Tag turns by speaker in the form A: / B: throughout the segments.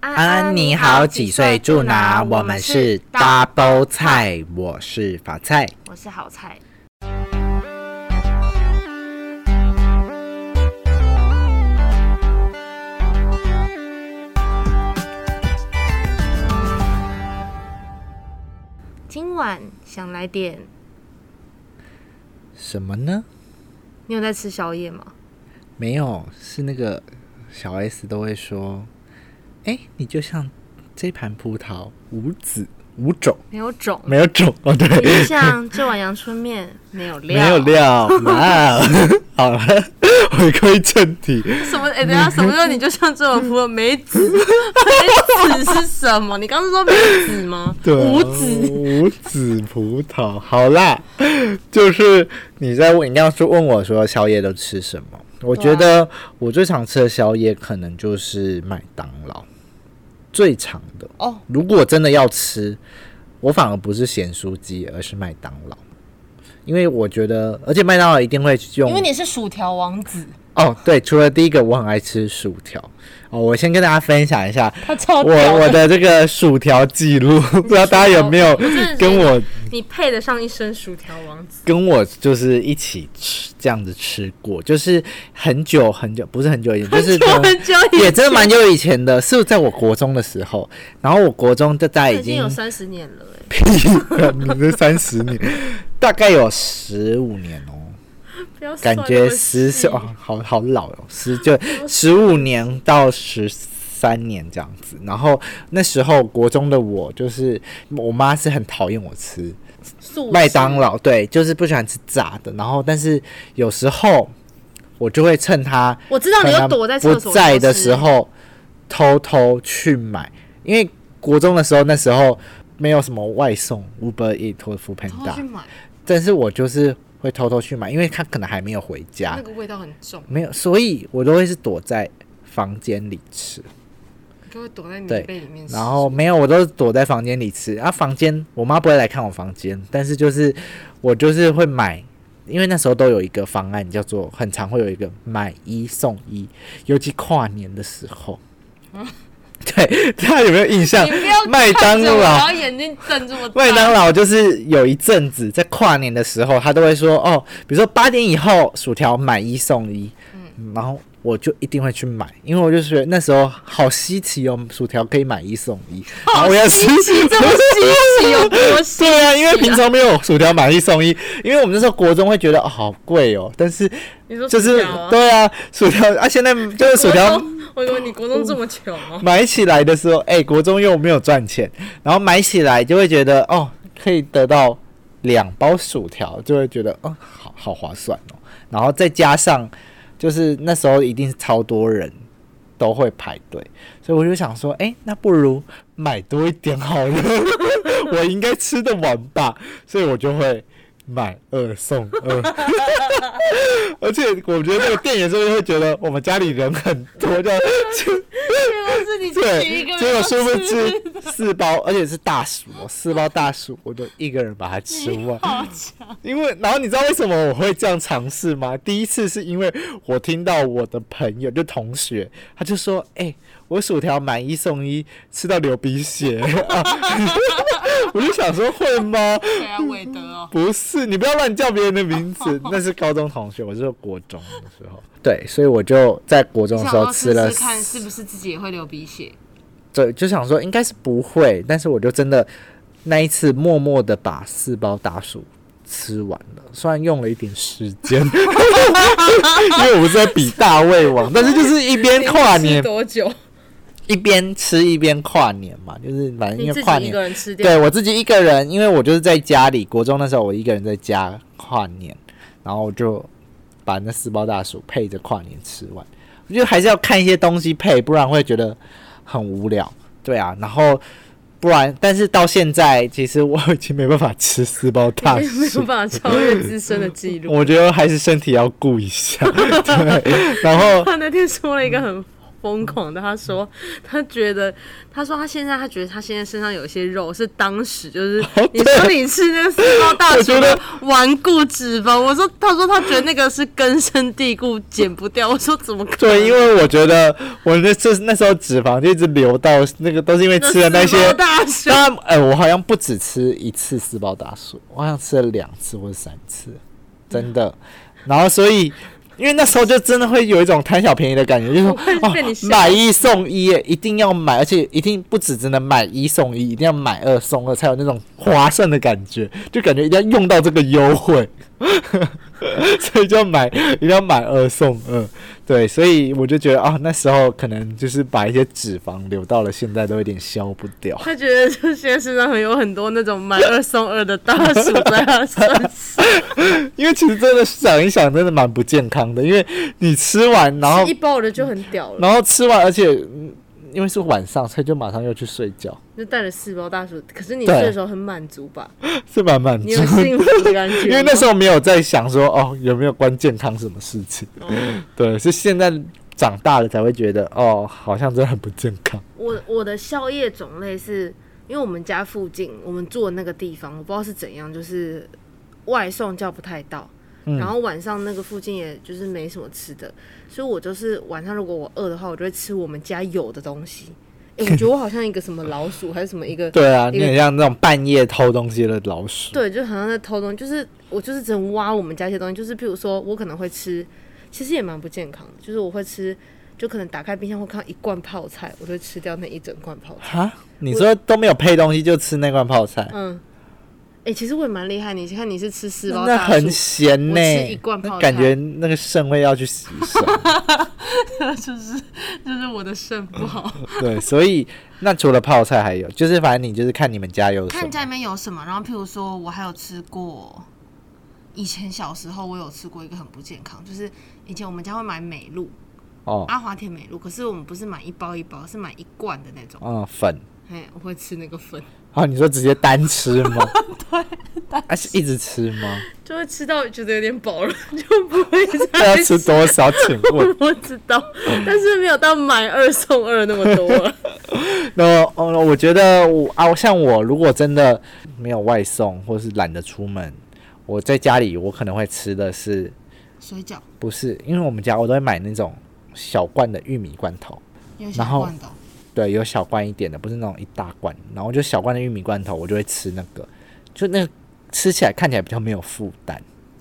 A: 安
B: 安安你好，几岁住哪？我们是 Double 菜，我是法菜。
A: 我是好菜。今晚想来点，
B: 什么呢？
A: 你有在吃宵夜吗？
B: 没有，是那个小 S 都会说，哎、你就像这盘葡萄无籽无种，
A: 没有种，
B: 没有种哦，对，
A: 就像这碗阳春面没有料，
B: 没有，料，哇，哦 好了，回归正题，
A: 什么？哎、等一下什么叫你就像这碗铺没 籽？没籽是什么？你刚刚说没籽吗？
B: 对啊、
A: 无籽。
B: 无籽葡萄。好啦， 就是你在问，你刚刚说问我说宵夜都吃什么？我
A: 对啊
B: 觉得我最常吃的宵夜可能就是麦当劳，最常的。
A: 哦，
B: 如果真的要吃，我反而不是咸酥鸡，而是麦当劳，因为我觉得，而且麦当劳一定会用
A: 因为你是薯条王子，
B: 哦，对，除了第一个，我很爱吃薯条。哦，我先跟大家分享一下
A: 他超
B: 我
A: 屌
B: 我
A: 的。
B: 的这个薯条记 录，不知道大家有没有
A: 我真的觉得
B: 跟我
A: 你配得上一身薯条王子，
B: 跟我就是一起吃这样子吃过，就是很久很久，不是很久以前，就是可能
A: 很久以
B: 也真的蛮久以前的，是在我国中的时候。然后我国中大概
A: 前，已
B: 已
A: 经
B: 经
A: 有三十年了、欸，
B: 你这三十年，大概有十五年哦，
A: 不要
B: 感
A: 算那
B: 觉
A: 么
B: 十
A: 细
B: 哦，好好老哦，十就十五年到十三年这样子。然后那时候国中的我，就是我妈是很讨厌我吃
A: 素食
B: 麦当劳，对，就是不喜欢吃炸的。然后，但是有时候我就会趁她
A: 我知道你
B: 可
A: 又
B: 能
A: 躲在
B: 不
A: 厕所
B: 在的
A: 偷吃
B: 时，候偷偷去买，因为国中的时候那时候没有什么外送 Uber Eat 或 f o o p a
A: 偷
B: n d
A: 去
B: a
A: 买，
B: 但是我就是会偷偷去买，因为他可能还没有回家，
A: 那个味道很重，
B: 没有，所以我都会是躲在房间里吃。
A: 你就会躲在米
B: 对
A: 被里面吃。
B: 然后没有，我都是躲在房间里吃。啊，房间我妈不会来看我房间，但是就是我就是会买，因为那时候都有一个方案叫做很常会有一个买一送一，尤其跨年的时 候。对，大家有没有印象
A: 你不要？
B: 麦当
A: 看着我啊然
B: 劳
A: 后，眼睛瞪这么大，
B: 麦当劳就是有一阵子在跨年的时候，他都会说哦，比如说八点以后薯条买一送一，
A: 嗯
B: 然后我就一定会去买，因为我就觉得那时候好稀奇哦，薯条可以买一送 一，然后我要吃
A: 这么稀奇 有多稀？
B: 对啊，因为平常没有薯条买一送一，因为我们那时候国中会觉得、哦、好贵哦，但是
A: 你说
B: 就
A: 薯
B: 是
A: 条啊
B: 对啊，薯条啊，现在就是薯条
A: 国中，我以为你国中这么穷 哦。
B: 买起来的时候，哎、国中又没有赚钱，然后买起来就会觉得哦，可以得到两包薯条，就会觉得哦，好好划算哦。然后再加上就是那时候一定是超多人都会排队，所以我就想说，哎、那不如买多一点好了， 我应该吃得完吧，所以我就会。买二送二， 而且我觉得那个店员是不是会觉得我们家里人很多，这样
A: 就是你
B: 对，结果
A: 有
B: 殊不知四包，而且是大薯哦，四包大薯，我就一个人把它吃完。
A: 好强，
B: 因为，然后你知道为什么我会这样尝试吗？第一次是因为我听到我的朋友，就同学，他就说：“哎、我薯条买一送一，吃到流鼻血。 啊”我就想说会吗？
A: 对啊，韦德哦，
B: 不是，你不要乱叫别人的 名字，那是高中同学，我是说国中的时候。对，所以我就在国中的时候吃
A: 想要
B: 了
A: 试试看是不是自己也会流鼻血。
B: 对，就想说应该是不会，但是我就真的那一次默默的把四包打薯吃完了，虽然用了一点时 间，因为我们是在比大胃王，但是就是一边跨
A: 吃
B: 年
A: 多久？
B: 一边吃一边跨年嘛，就是反正
A: 你
B: 因
A: 自
B: 为
A: 己
B: 跨
A: 一
B: 年
A: 个人吃掉？
B: 对我自己一个人，因为我就是在家里，国中那时候我一个人在家跨年，然后我就把那四包大薯配着跨年吃完。我觉得还是要看一些东西配，不然会觉得很无聊。对啊，然后不然，但是到现在其实我已经没办法吃四包大
A: 没有没有
B: 薯，
A: 办法超越自身的记录。
B: 我觉得还是身体要顾一下。对，然后
A: 他那天说了一个很疯狂的，他说他觉得，他说他现在他觉得他现在身上有一些肉是当时就是 你说你吃那个四包大
B: 哦
A: 厨
B: 我觉
A: 的
B: 得
A: 顽固脂肪，我说他说他觉得那个是根深蒂固减不掉，我说怎么可能？
B: 对，因为我觉得我那这那时候脂肪就一直流到那个，都是因为吃了那
A: 四
B: 些
A: 包。大厨，
B: 当然，哎、我好像不止吃一次四包大薯，我好像吃了两次或者三次，真的。然后，所以因为那时候就真的会有一种贪小便宜的感觉，就是说
A: 我快被你
B: 哦
A: 吓，
B: 买一送一耶，一定要买，而且一定不止只能买一送一，一定要买二送二，才有那种划算的感觉，就感觉一定要用到这个优惠。 所以就要买，一定要买二送二，对，所以我就觉得啊，那时候可能就是把一些脂肪留到了现在都有点消不掉。
A: 他觉得就现在身上很有很多那种买二送二的大薯在他身上。
B: 因为其实真的想一想，真的蛮不健康的。因为你吃完，然后
A: 一包的就很屌了，
B: 然后吃完，而且嗯因为是晚上，所以就马上又去睡觉，
A: 就带了四包大薯。可是你
B: 对
A: 睡的时候很满足吧？
B: 是蛮满足
A: 你有。幸福的感觉吗？
B: 因为那时候没有在想说哦有没有关健康什么事情，
A: 哦
B: 对，是现在长大了才会觉得哦好像真的很不健 康。
A: 我我的宵夜种类是因为我们家附近我们住的那个地方，我不知道是怎样，就是外送叫不太到，
B: 嗯
A: 然后晚上那个附近也就是没什么吃的，所以我就是晚上如果我饿的话，我就会吃我们家有的东西。诶，我觉得我好像一个什么老鼠，还是什么一个
B: 对啊，
A: 一
B: 你
A: 个
B: 很像那种半夜偷东西的老鼠。
A: 对，就好像在偷东西，就是我就是只能挖我们家一些东西，就是譬如说我可能会吃，其实也蛮不健康的，就是我会吃，就可能打开冰箱会看到一罐泡菜，我就会吃掉那一整罐泡菜。
B: 哈，你说都没有配东西就吃那罐泡菜，
A: 嗯，哎、其实我也蛮厉害，你看你是吃四包
B: 那
A: 大薯
B: 很咸
A: 我
B: 呢、
A: 吃一罐泡
B: 那
A: 菜
B: 感觉那个肾会要去洗手。
A: 就是就是我的肾不好。
B: 对，所以那除了泡菜还有，就是反正你就是看你们家有什
C: 看
B: 么。
C: 家里面有什么，然后譬如说我还有吃过，以前小时候我有吃过一个很不健康，就是以前我们家会买美露，
B: 哦，
C: 阿华田美露，可是我们不是买一包一包，是买一罐的那种。
B: 嗯，粉。
C: 哎，我会吃那个粉，
B: 哦，你说直接单吃吗？ 对，而且一直吃 吗？
A: 就会吃到觉得有点饱了， 就不会
B: 那要
A: 再
B: 啊吃多少？请 问，
A: 我知道，但是没有到买二送二那么多啊了。
B: 那哦，我觉得我啊，像我如果真的没有外送，或是懒得出门，我在家里我可能会吃的是
C: 水饺
B: 不是？因为我们家我都会买那种小罐的玉米罐头。
C: 有小
B: 然后
C: 罐的哦，
B: 对，有小罐一点的，不是那种一大罐。然后就小罐的玉米罐头，我就会吃那个，就那个吃起来看起来比较没有负担。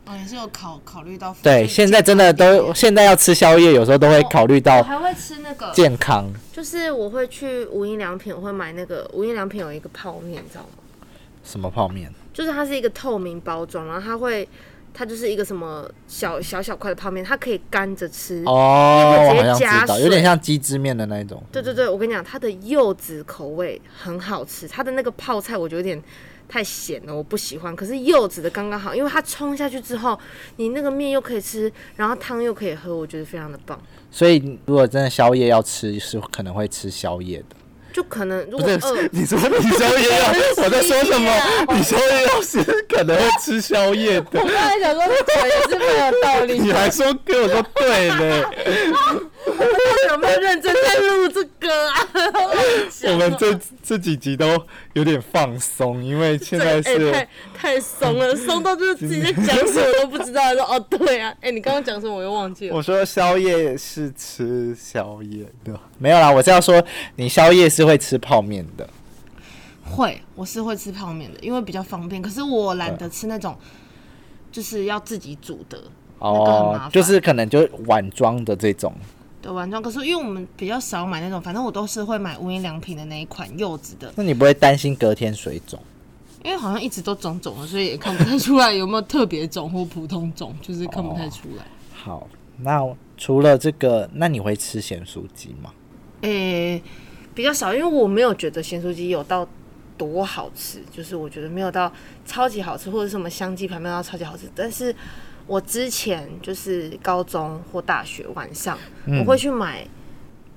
C: 哦也是有考考虑到。
B: 对，现在真的都哦现在要吃宵夜，有时候都会考虑
C: 我
B: 到
C: 还会吃那个
B: 健康。
A: 就是我会去无印良品，我会买那个无印良品有一个泡面，你知道吗？
B: 什么泡面？
A: 就是它是一个透明包装，然后它会，它就是一个什么小小小块的泡面，它可以干着吃。
B: 哦，我好像
A: 加
B: 知道，
A: 水
B: 有点像鸡汁面的那一种。
A: 对对对，我跟你讲，它的柚子口味很好吃，它的那个泡菜我觉得有点太咸了，我不喜欢。可是柚子的刚刚好，因为它冲下去之后，你那个面又可以吃，然后汤又可以喝，我觉得非常的棒。
B: 所以如果真的宵夜要吃，是可能会吃宵夜的。
A: 就可能如
B: 不
A: 果
B: 是
A: 饿，，
B: 你说你宵夜要，我在说什么？ 你宵夜要吃，可能会吃宵夜的。
C: 我刚才想说讲也是没有道理，
B: 你还说跟我说对嘞？
A: 有没有认真在录这个啊？
B: 我们这这几集都有点放松，因为 现 在
A: 哎、
B: 是嗯
A: 太太松了，松到就是自己在讲什么都不知道。说哦，对啊，哎、你刚刚讲什么我又忘记了。
B: 我说宵夜是吃宵夜的，没有啦，我是要说你宵夜是会吃泡面的，
C: 会，我是会吃泡面的，因为比较方便。可是我懒得吃那种，就是要自己煮的那个很麻
B: 哦
C: 烦，
B: 就是可能就碗装的这种，
C: 对碗装。可是因为我们比较少买那种，反正我都是会买无印良品的那一款柚子的，
B: 那你不会担心隔天水肿？
C: 因为好像一直都肿肿的，所以也看不太出来有没有特别肿或普通肿，就是看不太出来。
B: 好，那除了这个，那你会吃咸酥鸡吗？
A: 诶、比较少，因为我没有觉得咸酥鸡有到多好吃，就是我觉得没有到超级好吃，或者什么香鸡排没有到超级好吃。但是我之前就是高中或大学晚上，
B: 嗯
A: 我会去买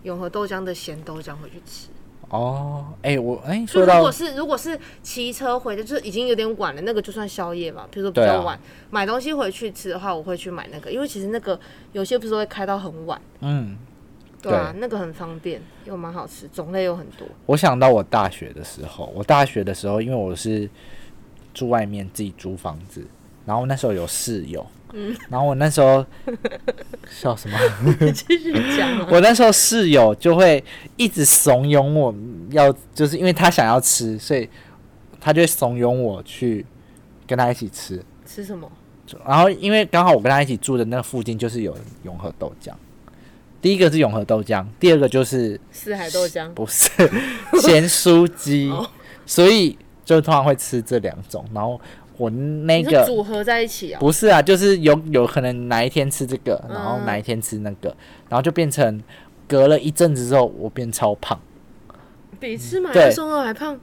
A: 永和豆浆的咸豆浆回去吃。
B: 哦，哎、我哎、
A: 就
B: 说
A: 如
B: 到
A: 果是如果是骑车回去，就是已经有点晚了，那个就算宵夜吧。比如说比
B: 对啊
A: 较晚、买东西回去吃的话，我会去买那个，因为其实那个有些不是会开到很晚，
B: 嗯，
A: 对啊，那个很方便，又蛮好吃，种类又很多。
B: 我想到我大学的时候，我大学的时候，因为我是住外面自己租房子，然后那时候有室友，嗯， 然后我那时候笑什么？
A: 继续讲啊，
B: 我那时候室友就会一直怂恿我要，就是因为他想要吃，所以他就会怂恿我去跟他一起吃。
A: 吃什么？
B: 然后因为刚好我跟他一起住的那附近就是有永和豆浆，第一个是永和豆浆，第二个就是
A: 四海豆浆。
B: 不 是咸酥鸡
A: 哦，
B: 所以就通常会吃这两种。然后我那
A: 你说
B: 个
A: 组合在一起啊、
B: 不是啊，就是有有可能哪一天吃这个，然后
A: 嗯
B: 哪一天吃那个，然后就变成隔了一阵子之后，我变超胖。
A: 比吃买
B: 对
A: 二送二还胖。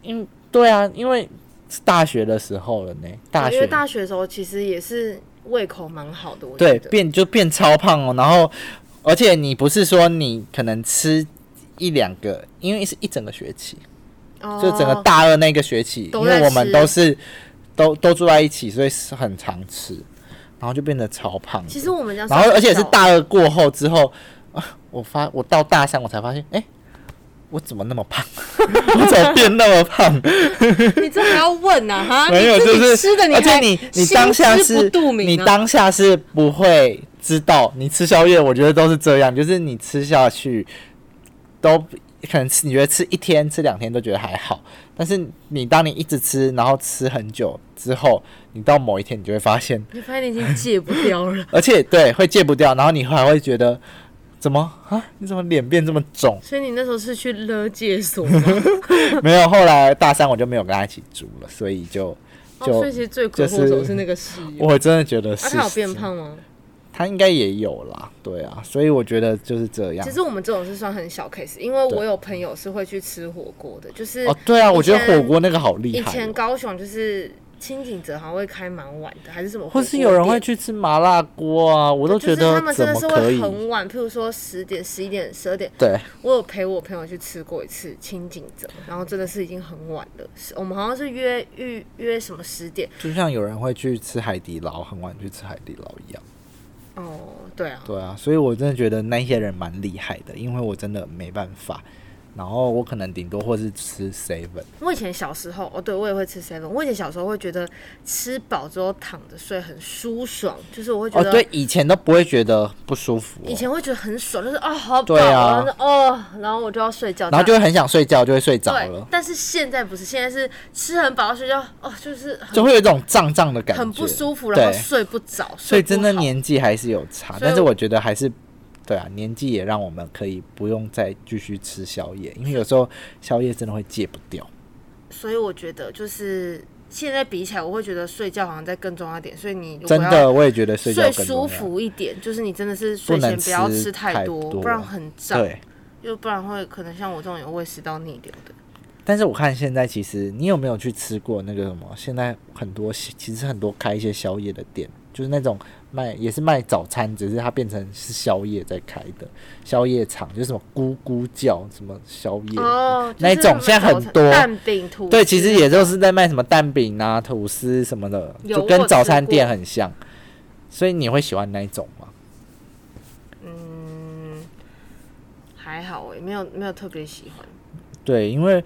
B: 因为对啊，因为是大学的时候了呢，大
A: 因
B: 学
A: 为大学的时候其实也是胃口蛮好的，我觉
B: 对
A: 得。
B: 变就变超胖哦。然后而且你不是说你可能吃一两个，因为是一整个学期，
A: 哦
B: 就整个大二那个学期，因
A: 都在
B: 为我们
A: 吃
B: 都是都都住在一起，所以是很常吃，然后就变得超胖的。
A: 其实我们家，
B: 然后而且是，大二过后之后，啊我发我到大三我才发现，哎、我怎么那么胖？ 我怎么变那么胖？
A: 你这还要问啊？哈，
B: 没有，
A: 你自己
B: 就 是
A: 吃的你
B: 而且
A: 还
B: 你你
A: 心
B: 当下
A: 知
B: 是
A: 不肚明、啊，
B: 你当下是不会知道，你吃宵夜，我觉得都是这样，就是你吃下去都可能吃，你觉得吃一天吃两天都觉得还好，但是你当你一直吃，然后吃很久之后，你到某一天你就会发现，
A: 你发现你已经戒不掉 了，
B: 而且对会戒不掉，然后你还会觉得怎么 啊？你怎么脸变这么肿？
A: 所以你那时候是去勒戒所 吗？
B: 没有，后来大三我就没有跟他一起住了，所以就
A: 哦，
B: 就、
A: 所以其实罪魁祸
B: 就
A: 首
B: 是
A: 是那个室友。
B: 我真的觉得是、
A: 啊，他有变胖吗？
B: 他应该也有啦，对啊，所以我觉得就是这样
A: 其。实我们这种是算很小 case，因为
B: 对
A: 我有朋友是会去吃火锅的，就是
B: 哦，对啊，我
A: 以
B: 觉得
A: 前
B: 火锅那个好厉
A: 以
B: 害
A: 前
B: 哦，
A: 高雄就是清景泽好像会开蛮晚的，还是什么火锅
B: 或
A: 店，
B: 是有人会去吃麻辣锅啊，我都
A: 就
B: 觉
A: 是他
B: 得
A: 们真
B: 怎
A: 的
B: 么
A: 是
B: 可
A: 会
B: 以？
A: 很晚，譬如说十点、十一点、十二点，
B: 对，
A: 我有陪我朋友去吃过一次清景泽，然后真的是已经很晚了，是我们好像是约预约什么十点
B: 就像有人会去吃海底捞，很晚去吃海底捞一样。
A: 哦，对啊，
B: 对啊，所以我真的觉得那些人蛮厉害的，因为我真的没办法。然后我可能顶多或是吃 seven，
A: 我以前小时候哦，对我也会吃 seven，我以前小时候会觉得吃饱之后躺着睡很舒爽，就是我会觉
B: 哦，
A: 得、
B: 对，以前都不会觉得不舒服哦、
A: 以前会觉得很爽，就是啊、好饱、
B: 对啊
A: 然后就哦，然后我就要睡觉，
B: 然后
A: 这
B: 就
A: 样
B: 会很想睡觉，就会睡着
A: 对
B: 了，，
A: 但是现在不是，现在是吃很饱睡觉，哦，就是很
B: 就会有一种胀胀的感觉，
A: 很不舒服，然
B: 对
A: 后睡不着，
B: 所以
A: 睡不
B: 真的
A: 好
B: 年纪还是有差，
A: 所以
B: 但是
A: 我
B: 我觉得还是，对啊，年纪也让我们可以不用再继续吃宵夜，因为有时候宵夜真的会戒不掉。
A: 所以我觉得就是现在比起来，我会觉得睡觉好像在更重要一点，所以你如果
B: 真
A: 要
B: 的，我也觉得睡觉
A: 睡
B: 更
A: 舒
B: 重要。
A: 服一点，就是你真的是睡
B: 不
A: 前
B: 能
A: 不要
B: 吃
A: 吃太
B: 太
A: 多，
B: 多
A: 不然很胀。
B: 对，
A: 就不然会可能像我这种有胃食道逆流的，
B: 但是我看现在其实你有没有去吃过那个什么？现在很多其实很多开一些宵夜的店，就是那种卖也是卖早餐，只是它变成是宵夜在开的宵夜场，就是什么咕咕叫什么宵夜、
A: 哦，
B: 嗯那一种，现在很多
A: 蛋饼图
B: 对，其实也就是在卖什么蛋饼啊、吐司什么的，
A: 有
B: 就
A: 我
B: 跟
A: 有
B: 早
A: 吃
B: 餐店
A: 过
B: 很像。所以你会喜欢那一种吗？
A: 还好欸诶、没有没有特别喜欢。
B: 对，因为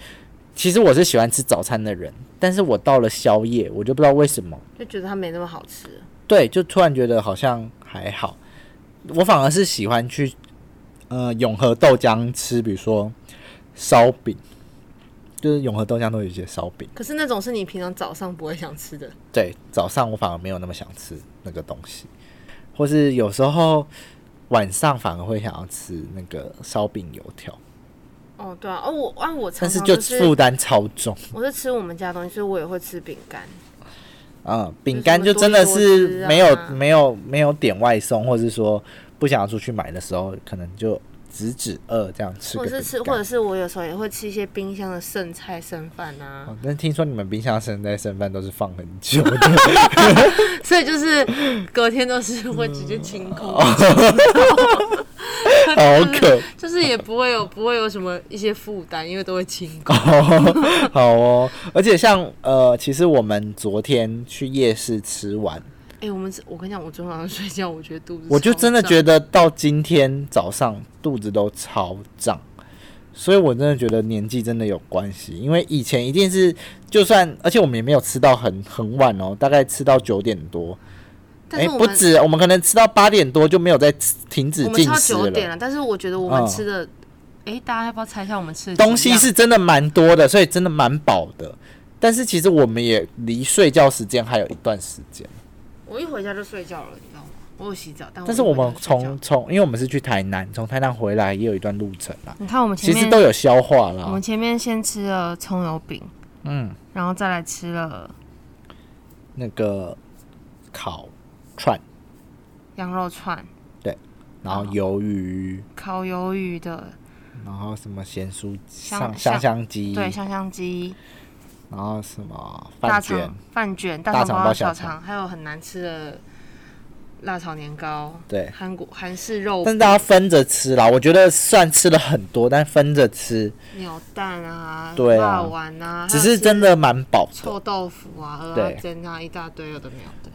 B: 其实我是喜欢吃早餐的人，但是我到了宵夜，我就不知道为什么，
A: 就觉得它没那么好吃，
B: 对，就突然觉得好像还好。我反而是喜欢去呃永和豆浆吃，比如说烧饼，就是永和豆浆都有一些烧饼。
A: 可是那种是你平常早上不会想吃的。
B: 对，早上我反而没有那么想吃那个东西，或是有时候晚上反而会想要吃那个烧饼油条，
A: 哦，对啊，哦我啊我常
B: 但是
A: 常
B: 就
A: 就是
B: 负担超重。
A: 我是吃我们家的东西，所以我也会吃饼干。
B: 嗯，饼
A: 什
B: 干
A: 么
B: 就
A: 多
B: 真的
A: 多
B: 是
A: 汁
B: 没有
A: 啊
B: 没有没有点外送，或是说不想要出去买的时候，可能就止止饿这样吃个
A: 或者是吃，
B: 饼
A: 或者
B: 干。
A: 是我有时候也会吃一些冰箱的剩菜剩饭啊，
B: 哦但听说你们冰箱剩菜剩饭都是放很久的，
A: 所以就是隔天都
B: 嗯
A: 是会直接清空，
B: 哦好可
A: 就是也不会有不会有什么一些负担，因为都会清空。
B: 哦，好哦。而且像呃，其实我们昨天去夜市吃完，
A: 哎、我们我跟你讲，我昨天晚上睡觉，我觉得肚子
B: 我就
A: 超
B: 真的
A: 胀
B: 觉得到今天早上肚子都超胀，所以我真的觉得年纪真的有关系。因为以前一定是就算，而且我们也没有吃到很很晚哦，大概吃到九点多，
A: 但
B: 哎、
A: 是我
B: 不
A: 们、
B: 止，我们可能吃到八点多就没有再吃停止
A: 我们
B: 进
A: 超
B: 食
A: 九点
B: 了。
A: 了，但是我觉得我们
B: 嗯
A: 吃的，哎、大家要不要猜一下我们吃的
B: 东西
A: 怎么样？
B: 是真的蛮多的，所以真的蛮饱的。但是其实我们也离睡觉时间还有一段时间，
A: 哦我一回家就睡觉了，你知道吗？我有洗澡，但
B: 但是我们
A: 一回家就睡觉
B: 从从因为我们是去台南，从台南回来也有一段路程啦，
C: 你看我们
B: 其
C: 前
B: 实
C: 面，
B: 都有消化
C: 我
B: 啦
C: 们。前面先吃了葱油饼，
B: 啊嗯，
C: 然后再来吃了
B: 那个烤串，
C: 羊肉串、
B: 然
C: 啊
B: 后鱿鱼，
C: 烤鱿鱼的，
B: 然后什么咸酥
C: 香
B: 上
C: 香
B: 香香鸡，
C: 对，香香鸡、
B: 然后什么
C: 大
B: 饭卷
C: 肠，、饭卷、
B: 大
C: 大
B: 肠
C: 肠
B: 包
C: 包
B: 小
C: 小
B: 肠
C: 肠，还有很难吃的辣炒年糕，
B: 对。
A: 韩国韩式肉
B: 但是大家分着吃啦，我觉得算吃了很多，但分着吃，
A: 鸟蛋啊，
B: 对啊
A: 辣丸啊，
B: 只
A: 还有
B: 是
A: 吃
B: 真的蛮饱的。
A: 臭豆腐啊、鹅
B: 对
A: 啊蒸啊，一大堆有的没有的。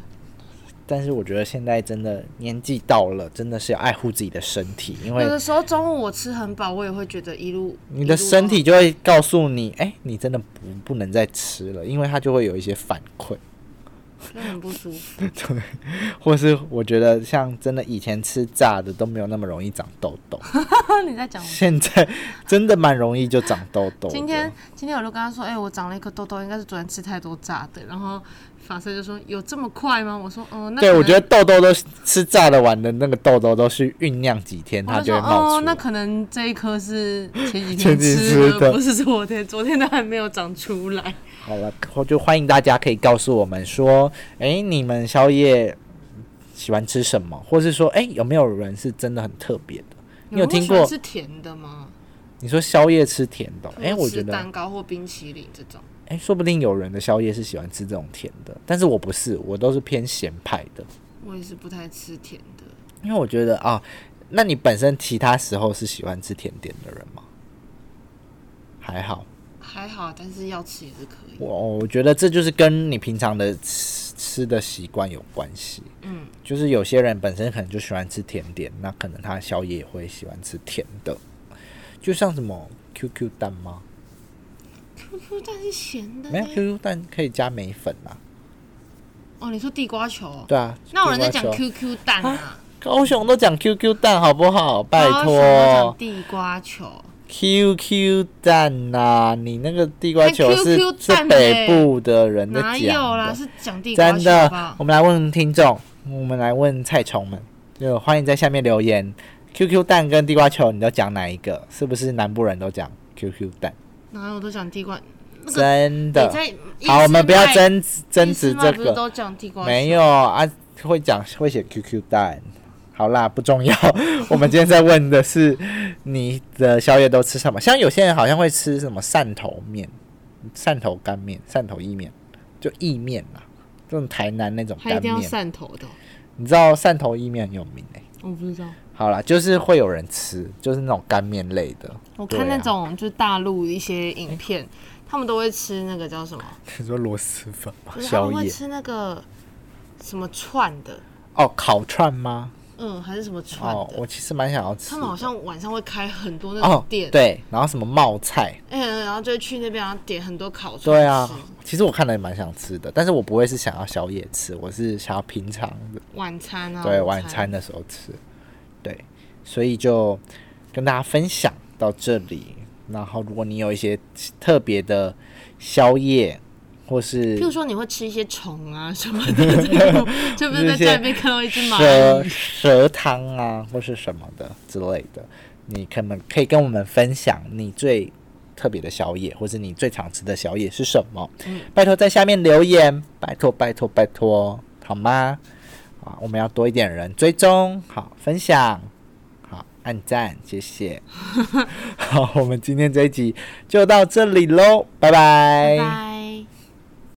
B: 但是我觉得现在真的年纪到了，真的是要爱护自己的身体，因
A: 有
B: 为
A: 的时候中午我吃很饱，我也会觉得一路
B: 你的身体就
C: 啊
B: 会告诉你，哎、你真的不不能再吃了，因为它就会有一些反馈，
A: 就很不舒服。
B: 或是我觉得像真的以前吃炸的都没有那么容易长痘痘，
C: 你在讲我
B: 现在真的蛮容易就长痘痘的。
C: 今天今天我就跟他说，哎、我长了一颗痘痘，应该是昨天吃太多炸的。然后法师就说，有这么快吗？我说，哦、那
B: 对
C: 可能
B: 我觉得痘痘都是吃炸的完的那个痘痘都是酝酿几天它
C: 我就
B: 就
C: 说，
B: 会冒
C: 哦，
B: 出
C: 那
B: 来。
C: 可能这一颗是前几天
B: 前几天
C: 吃
B: 吃的
C: 的，不是昨天，昨天都还没有长出来。
B: 好了，后就欢迎大家可以告诉我们说，哎，你们宵夜喜欢吃什么，或是说，哎，有没有人是真的很特别的？你有
A: 人会
B: 听
A: 喜欢
B: 过？
A: 吃甜的吗？
B: 你说宵夜吃甜的哦，哎，
A: 或者
B: 我
A: 吃
B: 觉得，
A: 蛋糕或冰淇淋这种，
B: 哎，说不定有人的宵夜是喜欢吃这种甜的，但是我不是，我都是偏咸派的，
A: 我也是不太吃甜的。
B: 因为我觉得啊，那你本身其他时候是喜欢吃甜点的人吗？还好，
A: 还好，但是要吃也是可以。
B: 我我觉得这就是跟你平常的吃吃的习惯有关系。
A: 嗯，
B: 就是有些人本身可能就喜欢吃甜点，那可能他宵夜也会喜欢吃甜的，就像什么 QQ 蛋吗？
A: QQ 蛋是咸的
B: 没有
A: 呢。
B: QQ 蛋可以加梅粉啊，
A: 哦，你说地瓜球哦？
B: 对啊。
A: 那有人在讲
B: 地瓜球
A: QQ 蛋啊，
B: 高雄都讲 QQ 蛋好不好？拜
A: 高雄都
B: 托
A: 讲地瓜球，
B: ，QQ 蛋呐、你那个地瓜球是
A: 那 QQ
B: 是
A: 蛋嘞
B: 北部的人在
A: 哪有
B: 讲
A: 啦？
B: 的，
A: 是讲地瓜
B: 真
A: 球
B: 的
A: 吧。？
B: 我们来问听众，我们来问菜虫们，就欢迎在下面留言。QQ 蛋跟地瓜球，你都讲哪一个？是不是南部人都讲 QQ 蛋？
A: 哪有都讲地瓜？那个
B: 真
A: 你
B: 的。
A: 在
B: 好，我们不要
A: 真
B: 争执争执这
A: 不是
B: 个，
A: 都讲地瓜球？
B: 没有啊，会讲会写 QQ 蛋。好啦，不重要。 我们今天在问的是你的宵夜都吃什么？像有些人好像会吃什么汕头面、汕头干面、汕头意面，就意面啦，这种台南那种
A: 他一
B: 干
A: 定要
B: 面。
A: 汕头的哦，
B: 你知道汕头意面很有名哎、
C: 我不知道，
B: 好啦，就是会有人吃，就是那种干面类的。
C: 我
B: 对
C: 看那
B: 啊
C: 种、就是大陆一些影片，他们都会吃那个叫什么？
B: 你说螺蛳粉吗
C: 不是他
B: 宵
C: 们会
B: 夜
C: 吃那个什么串的，
B: 哦，烤串吗？
C: 嗯，还是什么串
B: 哦，
C: 的？
B: 我其实蛮想要吃的。
C: 他们好像晚上会开很多那
B: 哦
C: 种，店，
B: 对，然后什么冒菜，
C: 嗯、然后就会去那边，然后点很多烤串
B: 对啊
C: 吃，
B: 其实我看了也蛮想吃的，但是我不会是想要宵夜吃，我是想要平常的，
C: 晚餐
A: 哦
C: 啊，
B: 对，晚餐的时候吃，对，所以就跟大家分享到这里。然后，如果你有一些特别的宵夜，或是
C: 譬如说你会吃一些虫啊什么的，这种就不是在家里面看到一只 蚂
B: 蛇
C: 蚁，
B: 蛇汤啊，或是什么的之类的，你可能可以跟我们分享你最特别的宵夜，或是你最常吃的宵夜是什么？嗯拜托在下面留言，拜托拜托拜托，好吗？啊，我们要多一点人追踪，好分享，好按赞，谢谢。 好，我们今天这一集就到这里喽，拜拜
C: 拜。